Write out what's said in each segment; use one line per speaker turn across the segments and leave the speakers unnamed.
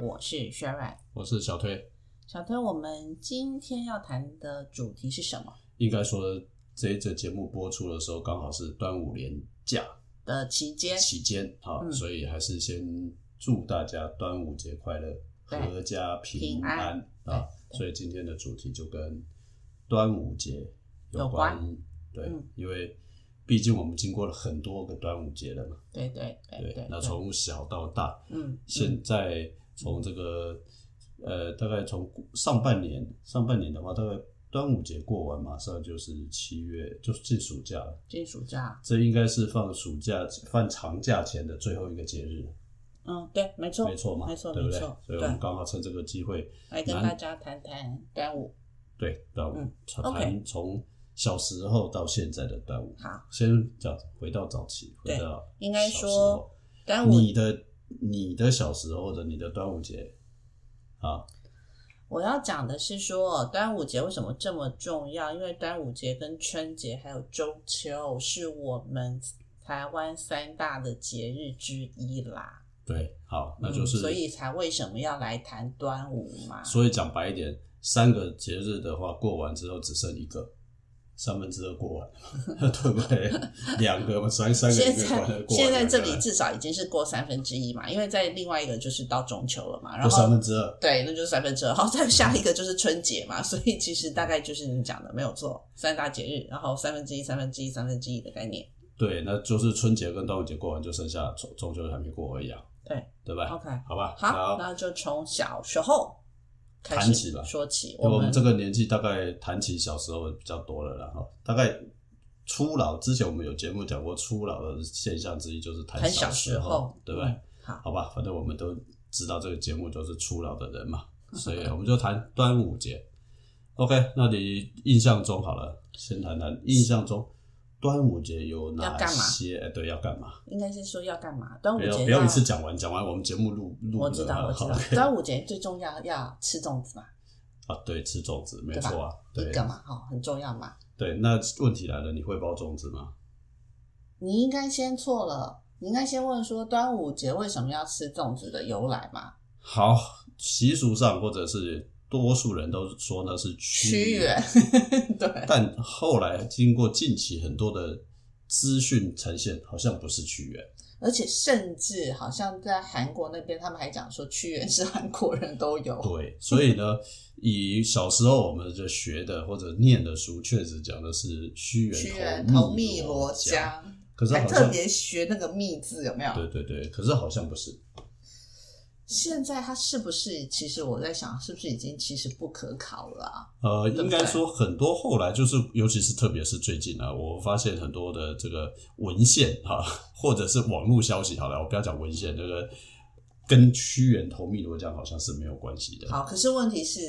我是 Sharon。
我是小推。
小推，我们今天要谈的主题是什么？
应该说，这一则节目播出的时候，刚好是端午连假
的期间，
期间啊，
嗯
所以还是先祝大家端午节快乐，
对
阖家
平
平
安
安啊。
对
所以今天的主题就跟端午节
有
有
关
关，对，
嗯
因为毕竟我们经过了很多个端午节了嘛，
对对对对，
那
对
从小到大，
嗯，
现在从这个呃，大概从上半年，上半年的话，大概端午节过完，马上就是七月，就是进暑假了。
进暑假，
这应该是放暑假、放长假前的最后一个节日，
嗯，对，没错，
没错嘛，
没错，
对不
没
对？
错，
所以我们刚好趁这个机会，
来跟
蛮
大家谈谈端午。
对端午
嗯，
从
OK
谈从小时候到现在的端午。
好，
先讲回到早期，回
对
到
应该
小时
说
候
端午，
你的你的小时候或者你的端午节啊，
我要讲的是说，端午节为什么这么重要？因为端午节跟春节还有中秋是我们台湾三大的节日之一啦。
对，好，那就是、
嗯所以才为什么要来谈端午嘛？
所以讲白一点，三个节日的话，过完之后只剩一个，三分之二过完， 对不对？两个嘛，三三个
现
一个过
在
完了过完
现在
两个
这
了
里至少已经是过三分之一嘛，因为在另外一个就是到中秋了嘛，然
就三
后
分之嗯二，
对，那就是三分之二，然后再下一个就是春节嘛，所以其实大概就是你讲的没有错，三大节日，然后三分之一、三分之一、三分之一的概念。
对，那就是春节跟端午节过完，就剩下中中秋还没过而已啊，
对
对吧
OK，
好吧，
好，
然后
那就从小时候开
谈起
始
吧
说起，
因为我
们
们这个年纪大概谈起小时候比较多了啦，然后大概。初老之前，我们有节目讲过，初老的现象之一就是谈
很小
时
时候，
对吧？
嗯？好，
好吧，反正我们都知道这个节目就是初老的 人嘛，所以我们就谈端午节。OK，那你印象中好了，先谈谈印象中端午节有
要
哪
干嘛
些？哎，对，要干嘛？
应该是说要干嘛？端午
不要
节
不要一次讲完，讲完我们节目录录啊
我知道，我知道
好，
端午节最重要要吃粽子嘛，
啊，对，吃粽子没
对吧
错啊，
一
对
个嘛，哈，很重要嘛。
对。那问题来了，你会包粽子吗？
你应该先错了，你应该先问说端午节为什么要吃粽子的由来嘛？
好，习俗上或者是多数人都说那是
屈
屈
原，对，
但后来经过近期很多的资讯呈现，好像不是屈原。
而且甚至好像在韩国那边，他们还讲说屈原是韩国人都有，
对，所以呢，以小时候我们就学的或者念的书，确实讲的是屈
屈
原
原
投
投汨罗
罗
江，
可是
还
好
特
像
别学那个蜜字有没有？
对对对，可是好像不是。
现在他是不是？其实我在想，是不是已经其实不可考了啊？
呃，
对
应
不对
该说很多后来就是，尤其是特别是最近啊，我发现很多的这个文献哈、或者是网络消息，好了，我不要讲文献，这个跟屈原投汨罗江好像是没有关系的。
好，可是问题是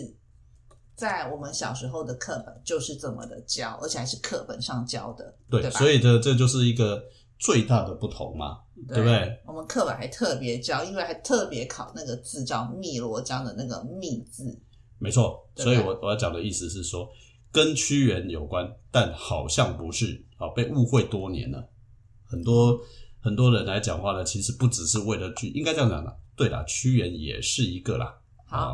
在我们小时候的课本就是这么的教，而且还是课本上教的，
对，
对吧？
所以呢，这就是一个最大的不同嘛，对不对？
我们课本还特别教，因为还特别考那个字叫汨罗江的那个汨字，
没错，
对吧
所以我我要讲的意思是说，跟屈原有关，但好像不是啊，被误会多年了。很多很多人来讲话呢，其实不只是为了屈，应该这样讲的。对啦，屈原也是一个啦。
好
啊，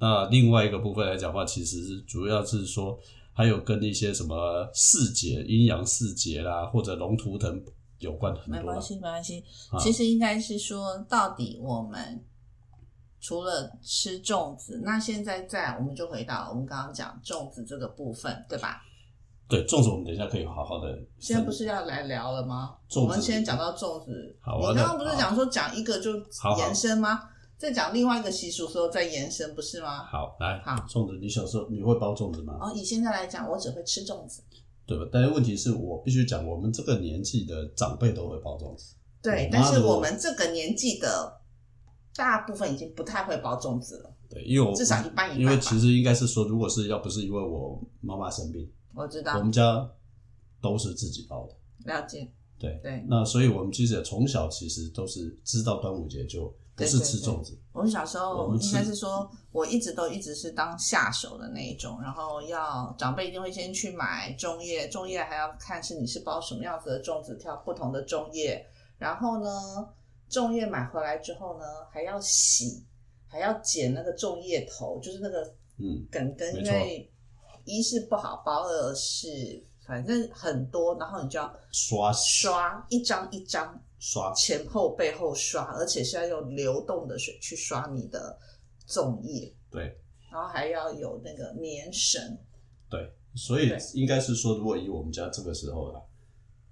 那另外一个部分来讲话，其实是主要是说，还有跟一些什么四节、阴阳四节啦，或者龙图腾有关很
没
多啦
关。系，没关系。
啊
其实应该是说，到底我们除了吃粽子，那现在在我们就回到我们刚刚讲粽子这个部分，对吧？
对，粽子我们等一下可以好好的。
现在不是要来聊了吗？
粽子
我们先讲到粽子。
好啊
你刚刚不是
那
讲说讲一个就
好好
延伸吗？再讲另外一个习俗时候再延伸，不是吗？
好来
好
粽子，你小时候你会包粽子吗？
哦，以现在来讲，我只会吃粽子。
对吧？但是问题是我必须讲，我们这个年纪的长辈都会包粽子。
对，
我妈
但是
哦如果
我们这个年纪的大部分已经不太会包粽子了。
对，因为我
至少一半一半吧
因为其实应该是说，如果是要不是因为我妈妈生病，
我知
我
道，
们家都是自己包的。
了解，
对，
对。
那所以我们其实也从小其实都是知道端午节就不是吃粽子，
我们小时
我
候
们吃
应该是说，我一直都一直是当下手的那一种，然后要长辈一定会先去买粽叶，粽叶还要看是你是包什么样子的粽子，挑不同的粽叶，然后呢，粽叶买回来之后呢，还要洗，还要剪那个粽叶头，就是那个
嗯，
梗根，
没
因
错
为一是不好包，二是反正很多，然后你就要
刷
刷一张一张
刷
前后背后刷，而且是要用流动的水去刷你的粽叶，
对。
然后还要有那个棉绳，
对，所以
对
应该是说，如果以我们家这个时候啦，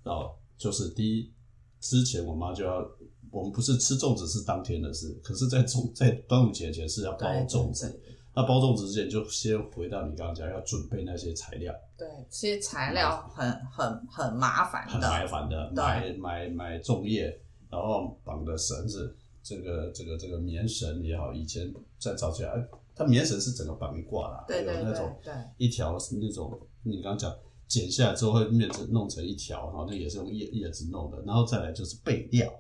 哦，就是第一，之前我妈就要，我们不是吃粽子是当天的事，可是在中 在端午节前是要包
对
粽子，，那包粽子之前就先回到你刚刚讲要准备那些材料，
对，对这些材料很很很麻烦
嗯很
的，
麻烦的，
对
买买买粽叶，然后绑的绳子，这个这个这个棉绳也好，以前在早期啊，它棉绳是整个绑一挂啦，
对对
还有那
对
种
对
一条是那种你刚刚讲剪下来之后会变成弄成一条，然后那也是用叶叶子弄的，然后再来就是备料。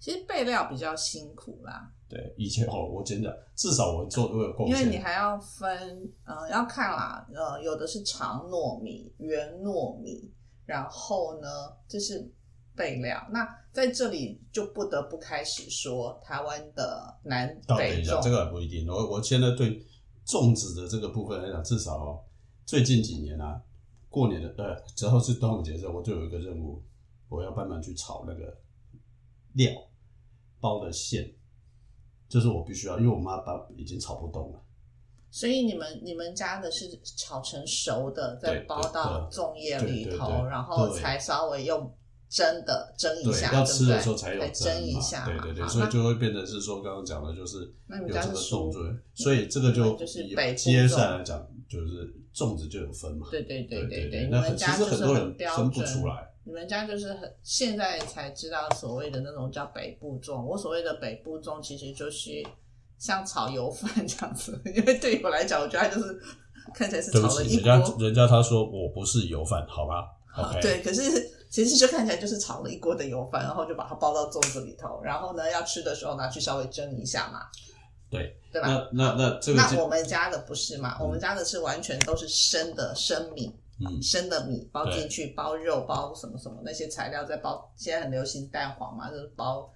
其实备料比较辛苦啦，
对，以前哦，我真的至少我做都有贡
因为
献。
你还要分，呃，要看啦，呃，有的是长糯米、圆糯米，然后呢，这是备料。那在这里就不得不开始说台湾的南
到等
北
一下，
粽，
这个还不一定。我我现在对粽子的这个部分来讲，至少、哦、最近几年啊，过年的呃，只要是端午节的时候，我就有一个任务，我要帮忙去炒那个料包的馅，就是我必须要，因为我妈把已经炒不动了。
所以你们你们家的是炒成熟的，再
对
包
对
到
对
粽叶
对
里
对
头，
对
然后
对
才稍微用蒸的蒸一
对，
下，
要
对不
吃的
对
时候才有
再
蒸嘛，
一下嘛，
对对对，
好
所以
那
就会变成是说刚刚讲的，就是
那你
有
们家
这
是
个
熟
动作，所以这个就
嗯就是
有
北部
接
粽
上来讲，就是粽子就有分嘛。
对对对
对
对，你
那
们
很其
家
实
就是
很多人
标
分不
准
出来，
你们家就是很现在才知道所谓的那种叫北部粽。我所谓的北部粽，其实就是像炒油饭 这样子，因为对我来讲，我觉得它就是看起来是
对不
炒了
起，
一
人家
锅，
人家他说我不是油饭，好吗
啊
？OK，
对，可是其实就看起来就是炒了一锅的油饭，然后就把它包到粽子里头，然后呢要吃的时候拿去稍微蒸一下嘛，
对，
对吧？
那那那这个
那
就
我们家的不是嘛？我们家的是完全都是生的生米，
嗯
生的米包
对
进去，包肉，包什么什么那些材料，再包。现在很流行蛋黄嘛，就是包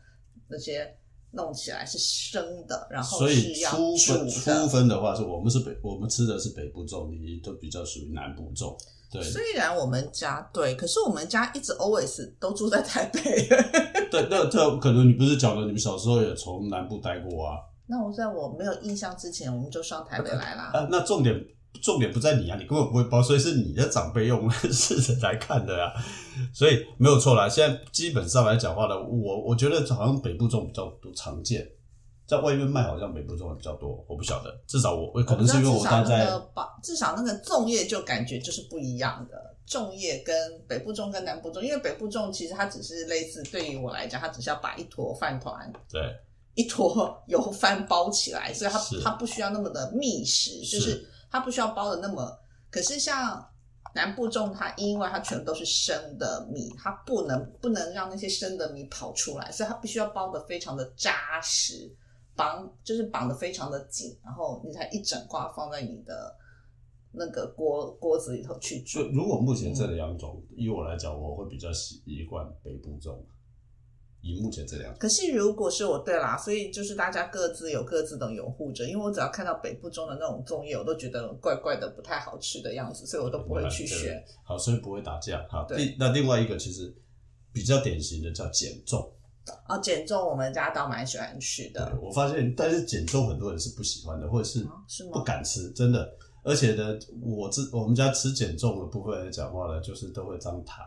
那些弄起来是生的，然后
所
是
以
要
初
煮
分初
的。
分的话，是我们是北我们吃的是北部粽，你都比较属于南部粽，对
虽然我们家对，可是我们家一直 always 都住在台北。
对，那这可能你不是讲了，你们小时候也从南部待过啊？
那我在我没有印象之前，我们就上台北来啦。
啊，那重点重点不在你啊，你根本不会包，所以是你的长辈用 是人来看的啊，所以没有错啦。现在基本上来讲话呢，我我觉得好像北部粽比较多常见，在外面卖好像北部粽比较多，我不晓得，至少我我可能是因为
我
我
知道哦至少那
待在
个包，至少那个粽叶就感觉就是不一样的。粽叶跟北部粽跟南部粽，因为北部粽其实它只是类似，对于我来讲，它只是要把一坨饭团、
对
一坨油饭包起来，所以它
是
它不需要那么的密实，
是
就是它不需要包的那么。可是像南部粽，它因为它全部都是生的米，它不能不能让那些生的米跑出来，所以它必须要包的非常的扎实，绑就是绑的非常的紧，然后你才一整挂放在你的那个锅锅子里头去煮
就。呃如果目前这
嗯
两种，以我来讲，我会比较习惯北部粽，以目前这两种。
可是如果是我对啦，所以就是大家各自有各自的拥护者，因为我只要看到北部中的那种粽叶，我都觉得怪怪的、不太好吃的样子，所以我都不会去
嗯对
学。。
好，所以不会打架。好，
对
第那另外一个其实比较典型的叫减重。
啊，减重我们家倒蛮喜欢吃
对
的，，
我发现，但是减重很多人是不喜欢的，或者是
啊是吗
不敢吃，真的。而且呢，我自我们家吃减重的部分来讲话呢，就是都会沾糖，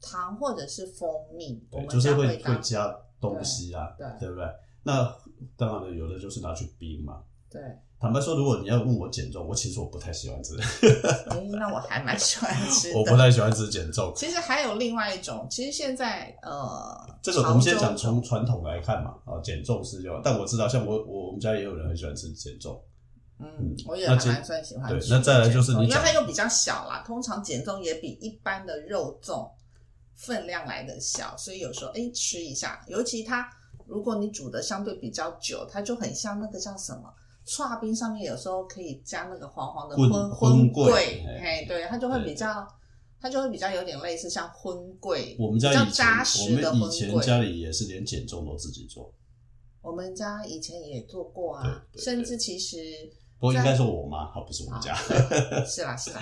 糖或者是蜂蜜，我
对，
们
就是
家
会
当
会加东西啊，
对
对不对？那当然了，有的就是拿去冰嘛。
对。
坦白说，如果你要问我减重，我其实我不太喜欢吃，
诶那我还蛮喜欢吃
我不
的。
太喜欢吃减重。
其实还有另外一种，其实现在呃，
这个我们先讲
潮
从
州
传统来看嘛，啊，减重是就，但我知道，像我我我们家也有人很喜欢吃减重，
嗯，我也
那
还
其
蛮算喜欢
对
吃。
那再来就是你
因为
讲
它又比较小啦，通常减重也比一般的肉粽分量来的小，所以有时候哎吃一下，尤其它如果你煮的相对比较久，它就很像那个叫什么。刨冰上面有时候可以加那个黄黄的
荤
荤
荤桂
桂，
嘿
嘿，对，它就会
对
比较，它就会比较有点类似像荤桂，
我们家
比较
以前
扎
我
实的
们
荤
以前
桂
家里也是连减重都自己做，
我们家以前也做过啊，
对对对
甚至其实
不过应该是我妈，她不是我们家。
啊是啦是啦，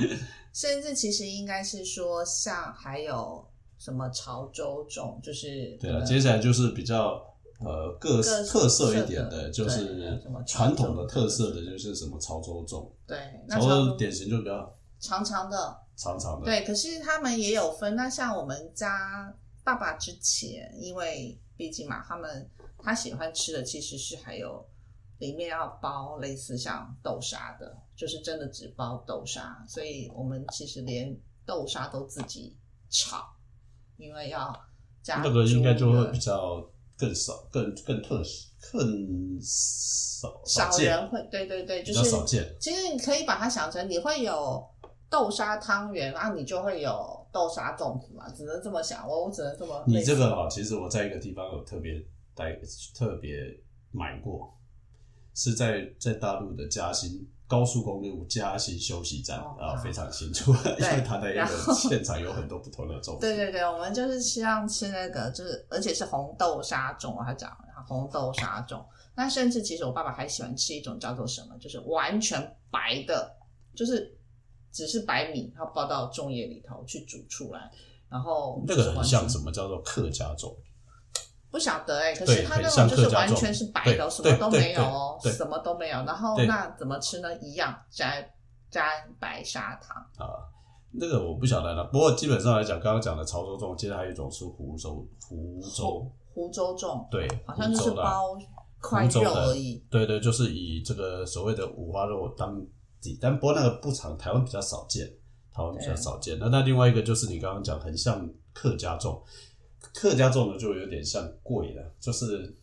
甚至其实应该是说，像还有什么潮州粽，就是
对
可
啊了，
能
接下来就是比较呃各特色一点的，就是
什么
传统的特色的，就是什么潮州粽，
对，那
潮
潮
州
州
典型就比较
长长的，
长长的，
对，可是他们也有分。那像我们家爸爸之前，因为毕竟嘛，他们他喜欢吃的其实是还有里面要包类似像豆沙的，就是真的只包豆沙，所以我们其实连豆沙都自己炒，因为要加
那个应该就
猪
会
的
比较更少、更更特更少
少
见，
人会，对对对，
比
就
较
是
少见。
其实你可以把它想成你会有豆沙汤圆，啊，你就会有豆沙粽子嘛，只能这么想，我我只能这么类
你
似。
这个啊，其实我在一个地方有特别待特别买过，是在在大陆的嘉兴高速公路嘉兴休息站
哦
啊，
好
非常清楚，因为它那
然
个
后
现场有很多不同的粽子。
对对对，我们就是希望吃那个，就是而且是红豆沙粽，我还讲红豆沙粽。那甚至其实我爸爸还喜欢吃一种叫做什么，就是完全白的，就是只是白米，然后包到粽叶里头去煮出来，然后
那
就是
个很
完
像
全
什么叫做客家粽，
不晓得哎、可
对
是它那
很像
种就是
客家
完
粽
全是白的，
对
什么都没有哦，
对对对对
什么都没有。然后
对
那怎么吃呢？一样沾沾白砂糖，
那个我不晓得了。不过基本上来讲，刚刚讲的潮州粽，接着还有一种是湖州湖州，
湖州粽
对，
好像就
湖
是
州的啊
包块
州
肉
的
而已。
对对，就是以这个所谓的五花肉当底，但不过那个不常，台湾比较少见，台湾比较少见。那那另外一个就是你刚刚讲很像客家粽，客家粽呢就有点像贵了，就是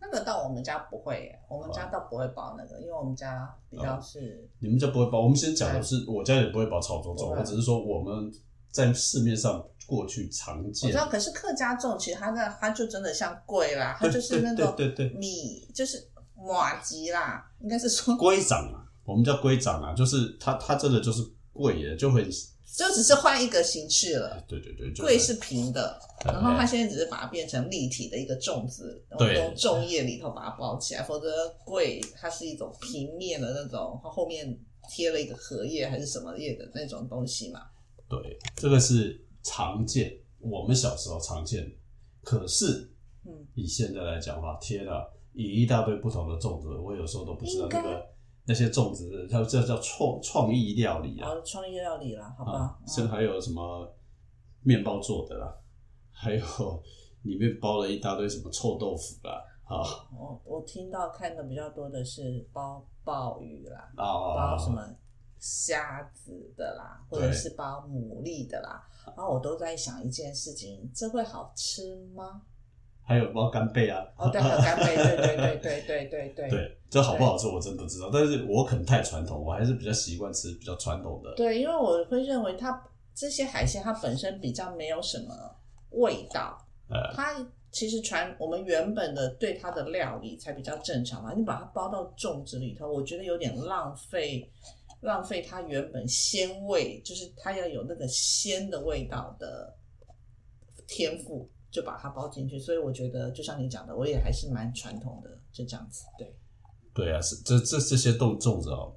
那个到我们家不会耶，我们
哦
家倒不会包那个，因为我们家比较是，
你们家不会包，我们先讲的是我家也不会包潮州
不
粽，
会
我只是说我们在市面上过去常
我
见
知，道，可是客家粽其实它那它就真的像贵啦，它
对
就是那种
对对对对
米，就是马吉啦，应该是说
龟掌啊，我们叫龟掌啊，就是它它真的就是贵的，就会
就只是换一个形式了。
对对对，就
贵是平的，
哎
然后它现在只是把它变成立体的一个粽子，然后
对
用粽叶里头把它包起来，否则贵它是一种平面的那种，它后面贴了一个荷叶还是什么叶的那种东西嘛。
对，这个是常见，我们小时候常见。可是
嗯，
以现在来讲的话，天啊，以一大堆不同的粽子，我有时候都不知道
应该
那个那些粽子，它这叫创创意料理
然
啊，
后创意料理啦，好吧
啊，，
嗯
甚至还有什么面包做的啦，还有里面包了一大堆什么臭豆腐啦，啊
我我听到看的比较多的是包鲍鱼啦，包
啊，
什么虾子的啦，或
对
者是包牡蛎的啦。然后我都在想一件事情，这会好吃吗？
还有包干贝啊，
哦，对，还有干贝，对对对对对对对
对，这好不好吃我真不知道，但是我可能太传统，我还是比较习惯吃比较传统的。
对，因为我会认为它这些海鲜它本身比较没有什么味道，
呃
它其实传我们原本的对它的料理才比较正常嘛。你把它包到粽子里头，我觉得有点浪费，浪费它原本鲜味，就是它要有那个鲜的味道的天赋，就把它包进去。所以我觉得，就像你讲的，我也还是蛮传统的，就这样子。对，
对啊，是这这这些粽粽子哦，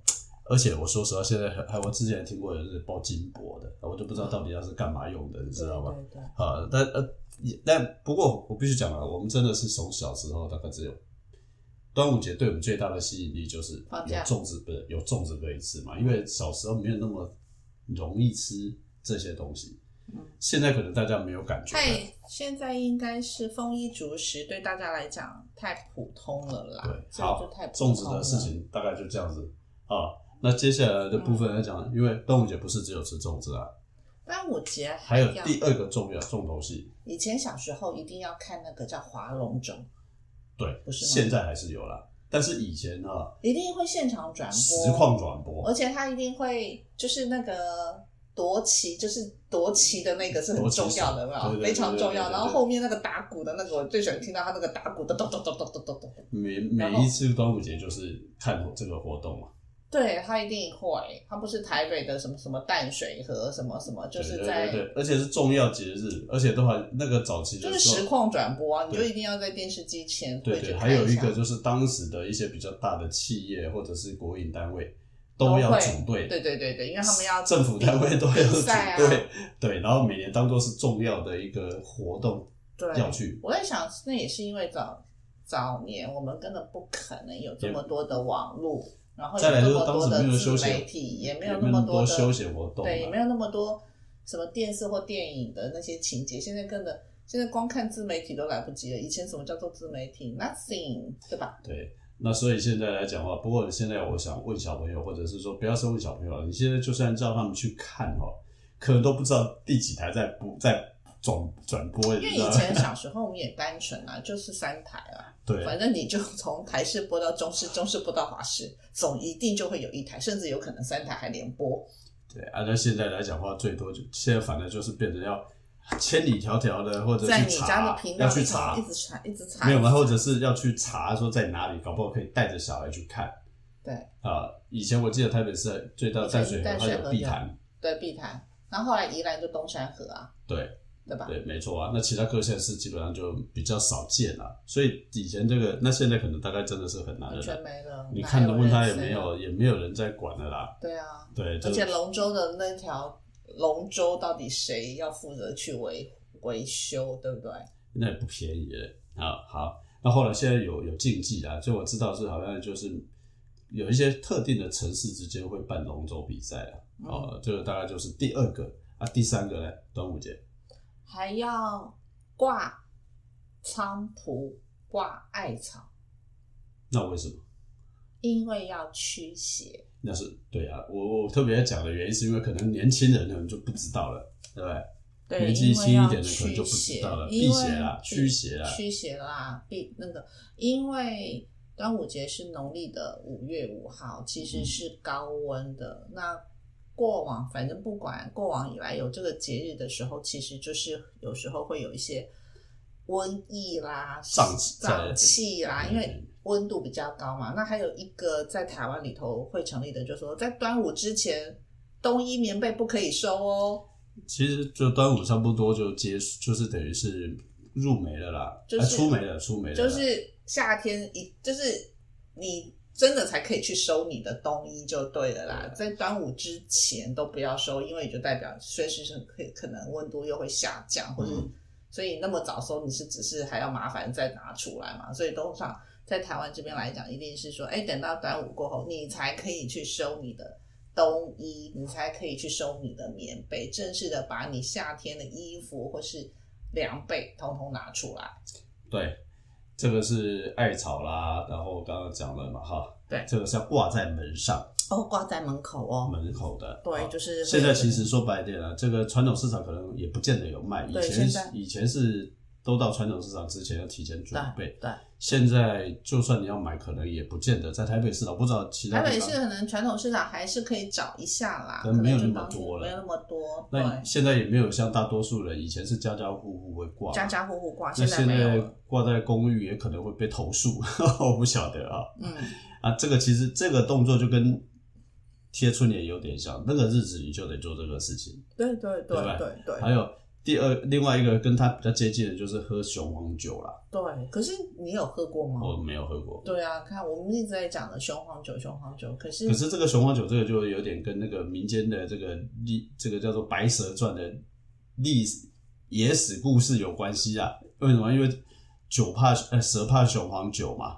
而且我说实话，现在还还我之前听过有人是包金箔的，我就不知道到底它是干嘛用的，你知道吧？
对对嗯对，
啊，但呃，也但不过我必须讲啊，我们真的是从小时候大概只有端午节对我们最大的吸引力就是
放
有
假
粽子，不是有粽子可以吃嘛，因为小时候没有那么容易吃这些东西
嗯。
现在可能大家没有感觉了，
太现在应该是丰衣足食，对大家来讲太普通了啦。这
对，
个
好
就太，普通
粽子的事情大概就这样子啊。那接下来的部分来
嗯
讲，因为端午节不是只有吃粽子啊，
端午节
还有
要
第二个重要重头戏，
以前小时候一定要看那个叫划龙舟，
对，
不是吗
现在还是有啦，但是以前啊，
一定会现场转播，
实况转播
而，且他一定会就是那个夺旗，就是夺旗的那个是很重要的，有没有？非
夺旗手对对对
常重
对对
要。
对
然后后面那个打鼓的那个，我最喜欢听到他那个打鼓的咚咚咚咚咚咚咚咚。
每
然
每
后
一次端午节就是看这个活动嘛，
对他一定会，他不是台北的什么什么淡水河什么什么，就是
对
在
对对对，而且是重要节日，而且都还那个早期
就
的
是
时
实
候，
况转播啊，你
对
就一定要在电视机前
对
会去
对，
看
还有一
下
个就是当时的一些比较大的企业或者是国营单位
都
都要
会
组队，
对对对对，因为他们要
政府单位都要
比
组
赛啊
队，对，然后每年当做是重要的一个活动
对
要去，
我在想，那也是因为早早年我们根本不可能有这么多的网络，然后有
再来
这
就是
么
当
多
时没
的
有
自
休闲
媒体，，也没
有
有那么
多
的
休闲活动啊嘛，
对，也没有那么多什么电视或电影的那些情节。现在根本现在光看自媒体都来不及了。以前什么叫做自媒体？Nothing，对吧？
对，那所以现在来讲的话，不过现在我想问小朋友，或者是说不要是问小朋友了，你现在就算让他们去看哦，可能都不知道第几台在播在转转播，
因为
你知道
以
吗
前小时候我们也单纯啊，就是三台啊，
对
反正你就从台视播到中视，中视播到华视，总一定就会有一台，甚至有可能三台还连播。
对，啊，那现在来讲的话，最多就现在反正就是变成要千里迢迢的，或者
在
去
你家的
查
频，道
要去
里头
查
一，直查，一直查，
没有
一直
嘛，
查
或者是要去查说在哪里，搞不好可以带着小孩去看
对
啊。以前我记得台北市最大的淡水河
淡
它
水
有
河
碧
有
潭，
对碧潭，然后后来宜兰就东山河啊，
对。
对吧？
对，没错啊。那其他各县市基本上就比较少见了、啊所以以前这个，那现在可能大概真的是很难
完
啊的
全
了。
没了。
你
哪
看的问他也
人
没
生啊。
有，也没有人在管了啦。
对啊，
对，就
而且龙舟的那条龙舟到底谁要负责去维维修，对不对？
那也不便宜了啊。好，那后来现在有有竞技啦，所以我知道是好像就是有一些特定的城市之间会办龙舟比赛了。
嗯
哦，这个大概就是第二个啊，第三个呢，端午节。
还要挂菖蒲、挂艾草，
那为什么？
因为要驱邪。
那是对啊，我我特别讲的原因是因为可能年轻人可能就不知道了，对不对？
对，
年纪
因为
轻一
要
点的
驱
可能就不知道了
邪
辟
因
邪
为
啦
辟
驱邪啦
驱邪啦，避那个，因为端午节是农历的五月五号，其实
嗯
是高温的。那过往反正不管过往以来有这个节日的时候，其实就是有时候会有一些瘟疫啦、
胀气嗯
胀气啦，
对
因为。温度比较高嘛，那还有一个在台湾里头会成立的，就是说在端午之前，冬衣棉被不可以收哦。
其实就端午差不多就结束，就是等于是入梅了啦，
就是
啊出梅了，出梅了啦，
就是夏天一就是你真的才可以去收你的冬衣就对了啦，
啊
在端午之前都不要收，因为你就代表随时是可以可能温度又会下降，或者、
嗯
所以那么早收你是只是还要麻烦再拿出来嘛，所以通常在台湾这边来讲，一定是说，哎，等到端午过后，你才可以去收你的。冬衣，你才可以去收你的棉被，正式的把你夏天的衣服或是凉被通通拿出来。
对，这个是艾草啦，然后刚刚讲了嘛哈，
对
这个是要挂在门上
哦，挂在门口哦，
门口的，
对，
啊
就是会
现
有
在
这
其
个
实说白一点啊，这个传统市场可能也不见得有卖，以
对
前
现在
以前是都到传统市场之前要提前准备，
对
现在就算你要买，可能也不见得在台北市场，不知道其他
台
地
北
方
市可能传统市场还是可以找一下啦，
可能没有
就
那么
当时
多了
没有那么多，
那
对，
现在也没有像大多数人以前是家家户户会挂嘛，
家家户户挂，
那
在
现
没有
在
了，
挂在公寓也可能会被投诉， 我不晓得啊
嗯，
啊，这个其实这个动作就跟贴春联有点像，那个日子你就得做这个事情。
对对对
对吧
对
还
对
有第二另外一个跟它比较接近的就是喝雄黄酒啦，
对，可是你有喝过吗？
我没有喝过。
对啊，看我们一直在讲的雄黄酒，雄黄酒，可是
可是这个雄黄酒，这个就有点跟那个民间的这个历，这个叫做《白蛇传》的历史野史故事有关系啊。为什么？因为酒怕呃蛇怕雄黄酒嘛，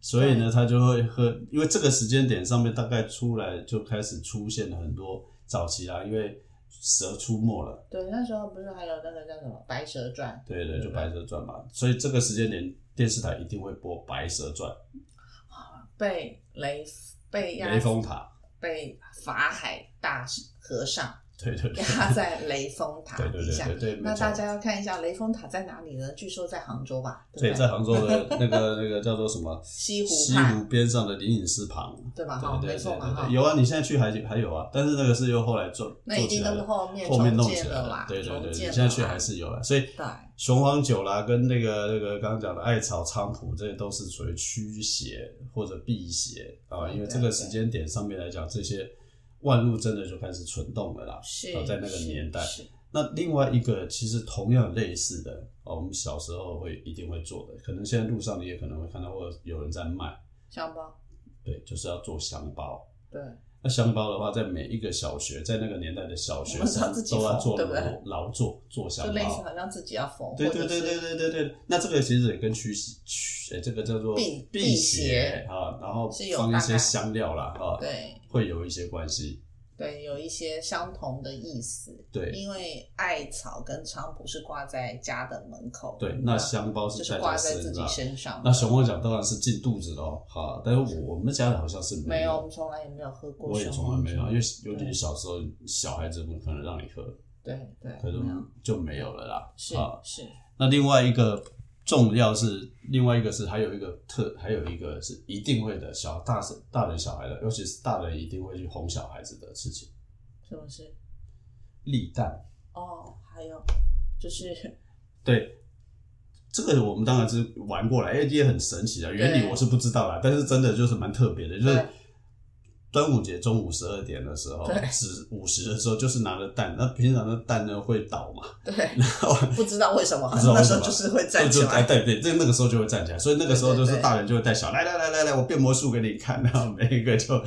所以呢，他就会喝。因为这个时间点上面大概出来就开始出现了很多早期啊，因为蛇出没了，
对那时候不是还有那个叫什么《白蛇传
对对，就《白蛇传》嘛，所以这个时间点电视台一定会播《白蛇传》、》
被雷被压
雷峰塔。
被法海大和尚
对 对对，
压在雷峰塔
对对
底
对
下。
对对，
那
没错
大家要看一下雷峰塔在哪里呢？据说在杭州吧，对
对
不
在
对？
杭 州的那个那个叫做什么
西湖
西
畔
湖边上的灵隐寺旁，
对吧？哈，
对对
没
对
错嘛，
对
哈
对，，有啊，你现在去还还有啊，但是那个是又后来做
那已
做起
经
来
都是
了。
后面
后面
重
弄
建
起来
了
了
啦，，
对对对，
重
你
建
现在去
了啦
还是有啊了，所以
对
雄黄酒啦，跟那个那个刚刚讲的艾草、菖蒲，这些都是属于驱邪或者辟邪啊，
对
因为
对
这个
对
时间点上面来讲，这些万物真的就开始蠢动了啦。
是
哦在那个
是
年代
是
那另外一个其实同样类似的哦，我们小时候会一定会做的，可能现在路上你也可能会看到，或者有人在卖，
香包，
对，就是要做香包。
对，
那香包的话，在每一个小学，在那个年代的小学
我知道
生
自己
都要
缝
做
对不对
劳劳作做香
就类似
包。
好像自己要缝，
对
或
对
者
对
是
对对对对，那这个其实也跟驱驱，呃，这个叫做
辟辟
辟
邪
邪啊，然后
是有
放一
大概
些香料啦，啊，
对
会有一些关系。
对，有一些相同的意思。
对
因为艾草跟菖蒲是挂在家的门口，
对
嗯，
那香包
就是是
在
挂
他
在自
身
己
上。
身上的。
那熊猫讲当然是进肚子的哦，哈，但是我我们家的好像是
没有，我
有
们，从来也没有喝过
我
熊
也
猫酒，
从来没有，因为尤其
对
是小时候小孩子不可能让你喝，
对对，
可
没有
能就没有了啦。
是
啊，
是，
那另外一个重要是，另外一个是还有一个特，还有一个是一定会的小大是大人小孩的，尤其是大人一定会去哄小孩子的事情，
是不是？
立蛋。
哦，还有就是
对，这个我们当然是玩过来，因为也很神奇的原理
对
我是不知道啦，但是真的就是蛮特别的，就是
对。
端午节中午十二点的时候
对，
十午时的时候就是拿着蛋，那平常的蛋呢会 倒嘛，
对，
然后
不知道为什么，
不知道为
那时
什
候
么
就是会站起
就就哎
来，
对对，这那个时候就会站起来，所以那个时候
对对
就
对
是大人就会带小来来来来来，我变魔术给你看，然后每一个就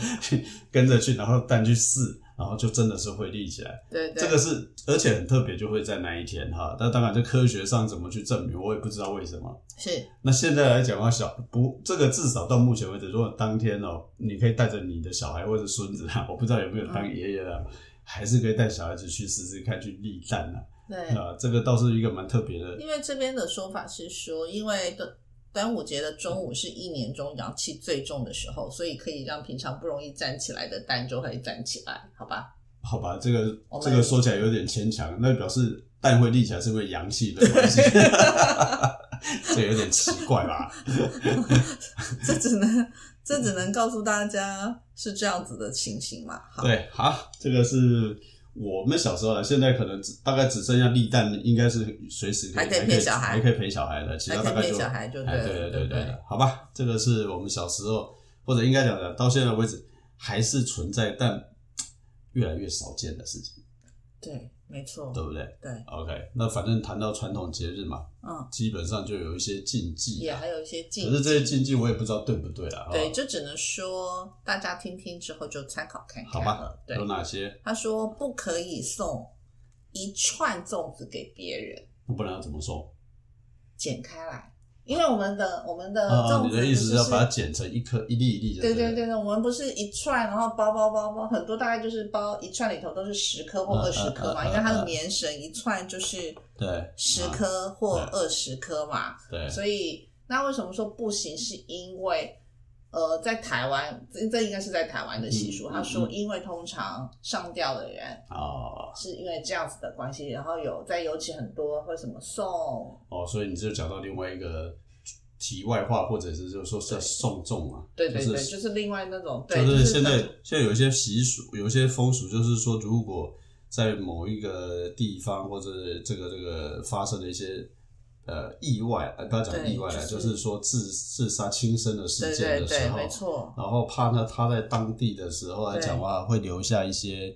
跟着去，然后蛋去试，然后就真的是会立起来。
对对，
这个是，而且很特别，就会在那一天哈。但当然，这科学上怎么去证明，我也不知道为什么。
是
那现在来讲的话，小不，这个至少到目前为止，如果当天哦，你可以带着你的小孩或者孙子啊，我不知道有没有
嗯
当爷爷的，还是可以带小孩子去试试看，去立蛋啊。
对。
啊，这个倒是一个蛮特别的
因为这边的说法是说，因为端端午节的中午是一年中阳气最重的时候，所以可以让平常不容易站起来的蛋就会站起来，好吧？
好吧，这个
我们
这个说起来有点牵强，那表示蛋会立起来是因为阳气的关系， 这有点奇怪吧？
这只能这只能告诉大家是这样子的情形嘛。好，
对，好，这个是我们小时候了，现在可能只大概只剩下立蛋，应该是随时可以
还可以
可以
陪小孩
还可以陪小孩的，其他
还
大
可以
概
骗
就
小孩就
哎
了，
对对
对
对对，好吧，这个是我们小时候或者应该讲的，到现在为止还是存在，但越来越少见的事情，
对，没错，
对不对
对，
？OK，那反正谈到传统节日嘛，
嗯，
基本上就有一些禁忌
也
啊，
还有一些禁
可是这些
忌。
禁忌我也不知道对不对啦。
对，
哦，
就只能说大家听听之后就参考看看
好吧
了。，对
有，哪些？
他说不可以送一串粽子给别人，
那不然要怎么说？
剪开来，因为我们的我们的
啊，
粽
你
子、
的意思
是
是要把它剪成一颗一粒一粒的？
对
对
对对对，我们不是一串，然后包包包包，很多大概就是包一串里头都是十颗或
嗯
二十颗嘛，
嗯嗯
因为它的年绳一串就是
对对
十
啊
颗或
嗯
二十颗嘛，
对
所以那为什么说不行？是因为呃，在台湾，这这应该是在台湾的习俗。
嗯嗯
他说，
嗯
因为通常上吊的人
哦
是因为这样子的关系，然后有在尤其很多会什么送，
哦，所以你就讲到另外一个题外话，或者是就是说是送粽啊，
对对
就
对，
是
就是另外那种，对，
就是现在
那种
现在有一些习俗，有一些风俗，就是说如果在某一个地方或者这个这个发生了一些。呃，意外，呃，不要讲
对
意外了，
就
就是是说自自杀轻生的事
对
件
对
的时
对，
候，
没错，
然后怕呢，他在当地的时候来讲的话，会留下一些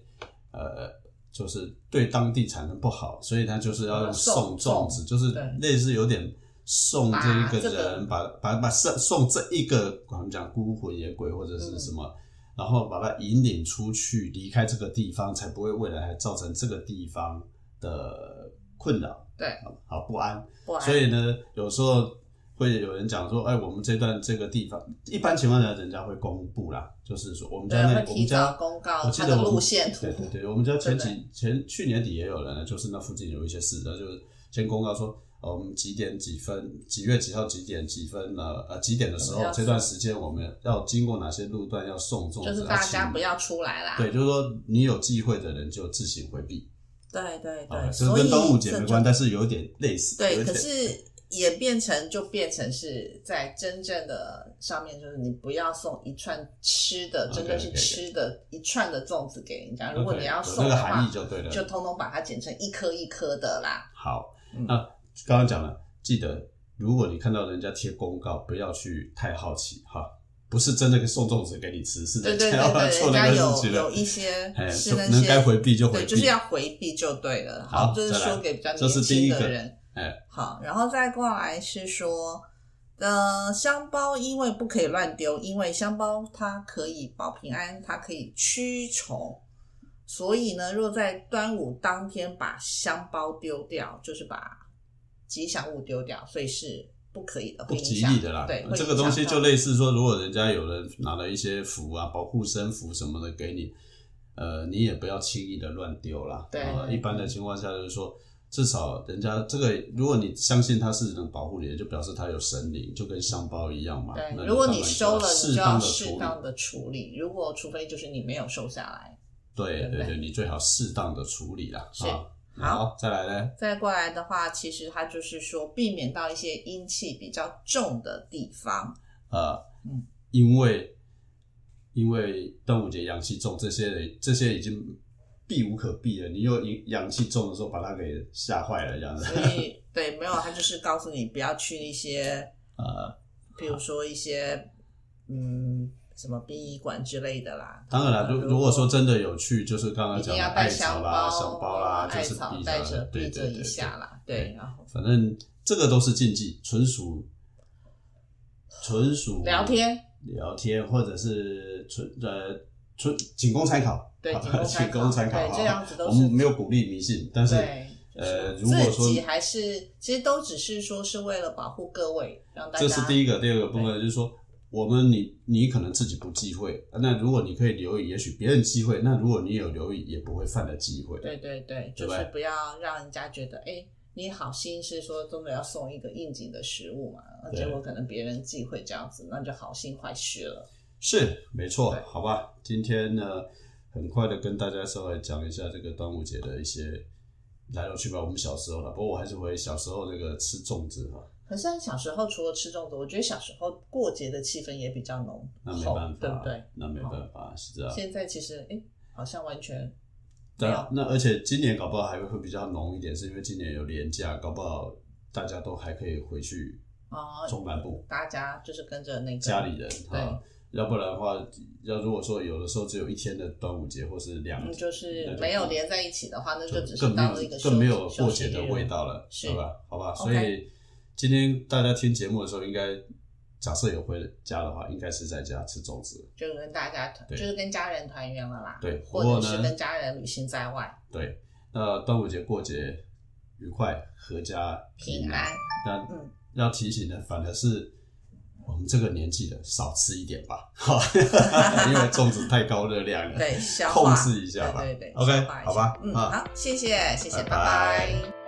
呃，就是对当地产生不好，所以他就是要用
送
送粽子，
粽
就是
对
类似有点送这一
把这
个
个
人，把把把送送这一个我们讲孤魂野鬼或者
嗯
是什么。然后把他引领出去，离开这个地方，才不会未来还造成这个地方的困扰，
对，
好好不安。
不然
所以呢，有时候会有人讲说，哎，我们这段这个地方，一般情况下人家会公布啦，就是说我们
对
家
会
那
提
我们
早
家
公告
我记
它
得
的
我
路
们
线图
对对对，我们家前
对
几前去年底也有人，就是那附近有一些事，然后就先公告说。呃我们几点几分，几月几号几点几分呃呃几点的时候
我们要，
这段时间我们要经过哪些路段要送粽子，
就是大
要
家
请
不要出来啦。
对，就是说你有忌讳的人就自行回避。
对对
啊，
对，
这个
所以
跟端午节没关，
这就
但是有点类似。有
对， 可
一点
是也变成就变成是在真正的上面，就是你不要送一串吃的，
OK，
真的是
OK，OK
吃的一串的粽子给人家。如果你要
OK，有
送
那
的
个
话
含义，就对了。
就通通把它剪成一颗一颗的啦。
好，
嗯
那刚刚讲了，记得如果你看到人家贴公告，不要去太好奇哈，不是真的送粽子给你吃，是
对
人
对
家
对
要
对，
做
人
那
家
个
有
事情
有
了。
一些
哎，
是
就
那
能
些
该回避就回
对，
避，
就是要回避就对了。
好
就是
再来
说给比较
这是
年
第
轻
一
的
个
人。
哎，
好，然后再过来是说，呃，香包因为不可以乱丢，因为香包它可以保平安，它可以驱虫。所以呢，若在端午当天把香包丢掉，就是把吉祥物丢掉，所以是不可以的，
不
会影
吉
响
利的啦
对，。会
这
影
个东
响
西就
到
类似说，如果人家有人拿了一些符啊、保护身符什么的给你，呃，你也不要轻易的乱丢啦。
对
呃一般的情况下就是说，至少人家这个，如果你相信它是能保护你的，就表示它有神灵，就跟香包一样嘛。那
对，如果
当然
你收了，你
适
就要
当的
适
处理。
当的处理。如果除非就是你没有收下来，
对
对
对
不对
对，你最好适当的处理啦。
是
啊，
好
好，再来呢？
再过来的话，其实它就是说避免到一些阴气比较重的地方。
呃
嗯，
因为因为端午节阳气重，这些人这些已经避无可避了。你又阳阳气重的时候，把他给吓坏了，这样子。
所以对，没有，它就是告诉你不要去一些，
呃，
比如说一些嗯什么殡仪馆之类的啦。
当然了，如如果说真的有去，就是刚刚
啊一
讲
定
的
要
艾
带
草
香
啦、香包啦，就
艾
是
草
避
带着
着，对
避着
对对
一下
对，
啦。对，然后
反正这个都是禁忌，纯属纯属
聊天，
聊天，或者是纯呃纯仅供参考，
对
好
仅供参考
仅供参考，
对
好不好
这样子都
我
是
们没有鼓励迷信，但是
对。
呃，
就是
如果说
自己还是其实都只是说是为了保护各位，让大家
这是第一个，第二个部分就是说，我们你你可能自己不忌讳，那如果你可以留意，也许别人忌讳，那如果你有留意，也不会犯了忌讳。
对对对，就
对
是
吧
不要让人家觉得，哎、你好心是说真的要送一个应景的食物嘛，那
对
结果可能别人忌讳这样子，那就好心坏事了。
是没错
对，
好吧。今天呢，很快的跟大家稍微讲一下这个端午节的一些来龙去脉。我们小时候了，不过我还是回小时候那个吃粽子哈，
可是小时候除了吃粽子，我觉得小时候过节的气氛也比较浓
那没
厚
办法，
对不对？
那没办法，是这样。
现在其实哎、好像完全
对
没有
啊，那而且今年搞不好还会会比较浓一点，是因为今年有年假，搞不好大家都还可以回去
啊、
中南部
大家就是跟着那个
家里人
对
啊，要不然的话，要如果说有的时候只有一天的端午节或是两
嗯，
天，
就是没有连在一起的话，那
就
只是
更没
当了一个
有更没有
休
过节的味。
休息日
道了，
是
对吧？好吧，所
OK
以今天大家听节目的时候，应该假设有回家的话，应该是在家吃粽子，
就跟大家团，就
对
是跟家人团圆了啦。
对
或
不过
者
呢
是跟家人旅行在外，
对。那端午节过节愉快，阖家
平安。
那
嗯
要提醒的反而是我们这个年纪的少吃一点吧，哈， 因为粽子太高热量 了。
对，消化
控制一下吧
对对对
，OK，
消化一下
好吧
嗯，
啊
好，谢谢，谢谢，拜
拜
拜